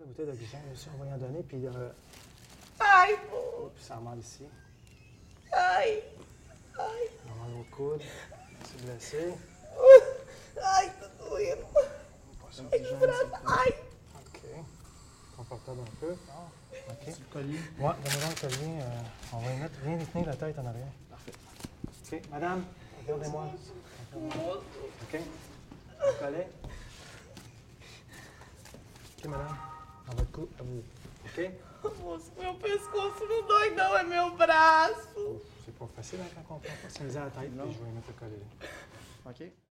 la bouteille d'oxygène aussi, on va y en donner, puis. Euh, Aïe! oh, puis ça remonte ici. Aïe! Aïe! Ça remonte au coude. C'est blessé. Aïe, ça doit On passe Aïe, oxygène, vraiment, aïe! c'est- OK. Confortable un peu. OK. C'est le collier. Ouais, donne-moi le collier. euh, on va y mettre. Viens y tenir la tête en arrière. Parfait. OK. Madame, regardez-moi. Mon Dieu. OK? Le collet. OK, madame. Dans votre cou, à vous. OK? Moço, meu pescoço não dói não, é meu braço. C'est pas facile hein, quand on prend pas. C'est misère à la tête, Non. puis je vais y mettre le collet. là. OK.